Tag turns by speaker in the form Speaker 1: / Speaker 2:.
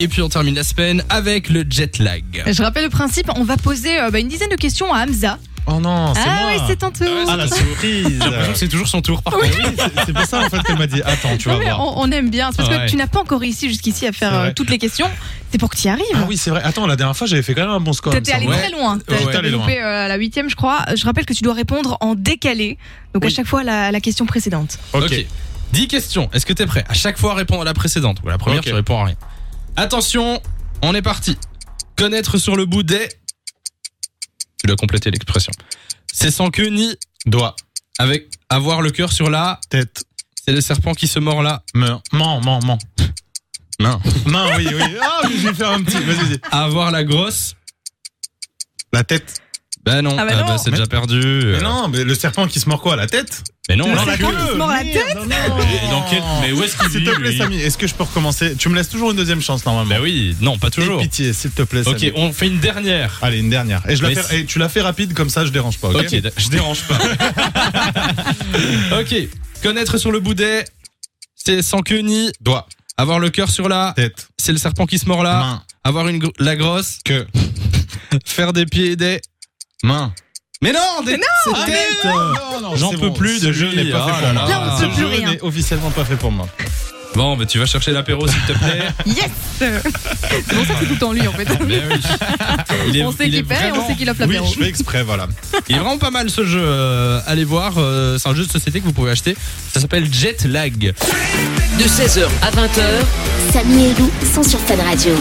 Speaker 1: Et puis on termine la semaine avec le jet lag.
Speaker 2: Euh.
Speaker 3: Je rappelle le principe, on va poser euh, bah, une dizaine de questions à Hamza.
Speaker 2: Oh non, c'est
Speaker 3: Ah
Speaker 2: moi.
Speaker 3: oui, c'est ton tour.
Speaker 1: Ah ouais,
Speaker 2: Ah, la surprise.
Speaker 1: J'ai l'impression que c'est toujours son tour. Par
Speaker 2: Oui, c'est- c'est pour ça en fait qu'elle m'a dit attends, tu vas
Speaker 3: Non, mais
Speaker 2: voir.
Speaker 3: on, on aime bien. C'est parce
Speaker 2: Ouais.
Speaker 3: que tu n'as pas encore réussi jusqu'ici à faire
Speaker 2: C'est
Speaker 3: euh,
Speaker 2: vrai.
Speaker 3: toutes les questions. C'est pour que tu y arrives.
Speaker 2: Ah oui, c'est vrai. Attends, la dernière fois, j'avais fait quand même un bon score. il me
Speaker 3: T'étais allé
Speaker 2: semble.
Speaker 3: très loin. T'as-
Speaker 2: Ouais.
Speaker 3: t'avais
Speaker 2: Allé loin.
Speaker 3: loupé euh, la huitième, je crois. Je rappelle que tu dois répondre en décalé. Donc à
Speaker 1: Oui.
Speaker 3: chaque fois la, la question précédente.
Speaker 1: ok.
Speaker 2: Ok.
Speaker 1: 10 questions. Est-ce que t'es prêt À chaque fois répondre à la précédente. Ou à la première,
Speaker 2: Ok.
Speaker 1: tu réponds à rien. Attention, on est parti. Connaître sur le bout des. Tu dois compléter l'expression. C'est sans queue ni doigt. Avec avoir le cœur sur la.
Speaker 2: Tête,
Speaker 1: C'est le serpent qui se mord là.
Speaker 2: meurs, ment, ment, ment.
Speaker 1: Non.
Speaker 2: Non, oui, oui. Ah, oui, je vais faire un petit. Vas-y, vas-y.
Speaker 1: Avoir la grosse.
Speaker 2: La tête.
Speaker 1: Ben non.
Speaker 3: Ah bah
Speaker 1: Ah
Speaker 3: non.
Speaker 1: bah c'est
Speaker 2: Mais-
Speaker 1: déjà perdu. Euh,
Speaker 2: Mais non, mais le serpent qui se mord quoi La tête
Speaker 1: Mais non.
Speaker 3: Le
Speaker 1: là,
Speaker 3: serpent
Speaker 1: tu-
Speaker 3: qui se mord la
Speaker 2: Merde, non.
Speaker 1: Mais dans quel- mais où est-ce qu'il
Speaker 2: Oh. Ah, S'il
Speaker 1: vit,
Speaker 2: te plaît,
Speaker 1: lui
Speaker 2: Samy, est-ce que je peux recommencer Tu me laisses toujours une deuxième chance normalement.
Speaker 1: Bah oui. Non, pas toujours.
Speaker 2: Aie pitié, s'il te plaît.
Speaker 1: Ok,
Speaker 2: Samy.
Speaker 1: on fait une dernière.
Speaker 2: Allez, une dernière. Et, je la
Speaker 1: Mais
Speaker 2: fais-
Speaker 1: c'est-
Speaker 2: et tu la fais rapide, comme ça je dérange pas, ok,
Speaker 1: Ok, d- je dérange pas. ok, connaître sur le boudet, c'est sans queue ni
Speaker 2: Doigt,
Speaker 1: avoir le cœur sur la,
Speaker 2: tête,
Speaker 1: c'est le serpent qui se mord là,
Speaker 2: main,
Speaker 1: avoir une gro- la grosse,
Speaker 2: queue,
Speaker 1: faire des pieds et des
Speaker 2: main.
Speaker 1: Mais non, des c'est tête.
Speaker 2: Ah, Non, non,
Speaker 1: J'en
Speaker 2: c'est ah
Speaker 1: peux
Speaker 2: bon,
Speaker 1: plus de
Speaker 2: ce jeu
Speaker 1: lui.
Speaker 2: n'est
Speaker 1: Oh
Speaker 2: pas fait
Speaker 1: là
Speaker 2: pour moi.
Speaker 1: là. Là, on
Speaker 2: Ce
Speaker 3: peut plus
Speaker 2: jeu
Speaker 3: rien.
Speaker 2: n'est officiellement pas fait pour moi.
Speaker 1: Bon, bah tu vas chercher l'apéro s'il te plaît.
Speaker 3: Yes C'est pour ça que c'est tout le temps lui en fait.
Speaker 1: Ben oui. Il est-
Speaker 3: on sait
Speaker 1: il est
Speaker 3: qu'il perd et on
Speaker 1: vraiment-
Speaker 3: sait qu'il offre
Speaker 2: Oui,
Speaker 3: l'apéro.
Speaker 2: je fais exprès, voilà.
Speaker 1: Il est vraiment pas mal ce jeu. euh, allez voir, euh, c'est un jeu de société que vous pouvez acheter. Ça s'appelle Jet Lag.
Speaker 4: de 16h à 20h.
Speaker 5: Samy et Lou sont sur Fan Radio.